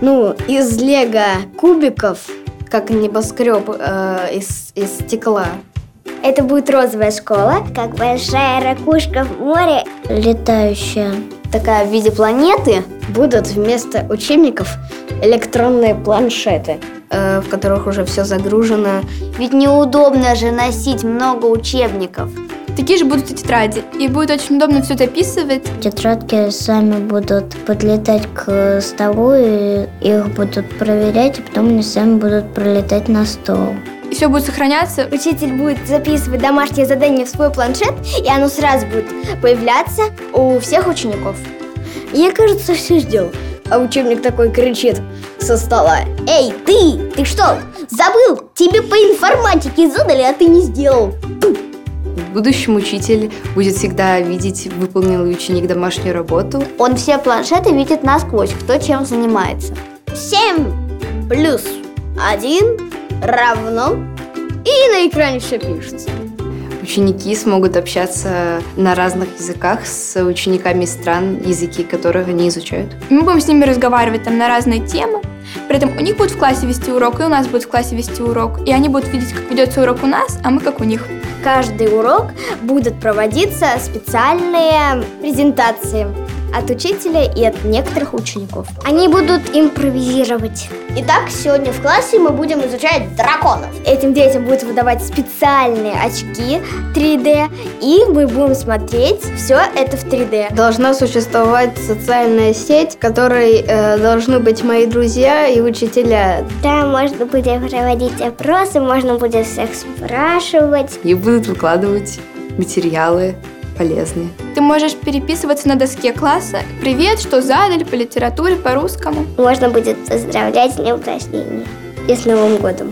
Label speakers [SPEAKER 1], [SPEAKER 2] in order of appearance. [SPEAKER 1] ну, из лего кубиков, как небоскреб э, из, из стекла.
[SPEAKER 2] Это будет розовая школа, как большая ракушка в море, летающая.
[SPEAKER 1] Такая в виде планеты будут вместо учебников электронные планшеты, э, в которых уже все загружено.
[SPEAKER 2] Ведь неудобно же носить много учебников.
[SPEAKER 3] Такие же будут и тетради. И будет очень удобно все записывать.
[SPEAKER 4] Тетрадки сами будут подлетать к столу, и их будут проверять, и потом они сами будут пролетать на стол.
[SPEAKER 3] И все будет сохраняться.
[SPEAKER 2] Учитель будет записывать домашнее задание в свой планшет, и оно сразу будет появляться у всех учеников.
[SPEAKER 1] Я, кажется, все сделал. А учебник такой кричит со стола.
[SPEAKER 2] Эй, ты! Ты что, забыл? Тебе по информатике задали, а ты не сделал.
[SPEAKER 5] В будущем учитель будет всегда видеть, выполнил ли ученик домашнюю работу.
[SPEAKER 2] Он все планшеты видит насквозь, кто чем занимается.
[SPEAKER 1] 7 плюс 1 равно... И на экране все пишется.
[SPEAKER 5] Ученики смогут общаться на разных языках с учениками из стран, языки которых они изучают.
[SPEAKER 3] И мы будем с ними разговаривать там на разные темы. При этом у них будет в классе вести урок, и у нас будет в классе вести урок. И они будут видеть, как ведется урок у нас, а мы как у них.
[SPEAKER 2] Каждый урок будут проводиться специальные презентации от учителя и от некоторых учеников. Они будут импровизировать. Итак, сегодня в классе мы будем изучать драконов. Этим детям будут выдавать специальные очки 3D, и мы будем смотреть все это в 3D.
[SPEAKER 1] Должна существовать социальная сеть, в которой э, должны быть мои друзья и учителя.
[SPEAKER 2] Там можно будет проводить опросы, можно будет всех спрашивать.
[SPEAKER 5] И будут выкладывать материалы полезные.
[SPEAKER 3] Ты можешь переписываться на доске класса. Привет, что задали по литературе, по русскому.
[SPEAKER 2] Можно будет поздравлять с днем рождения и с Новым годом.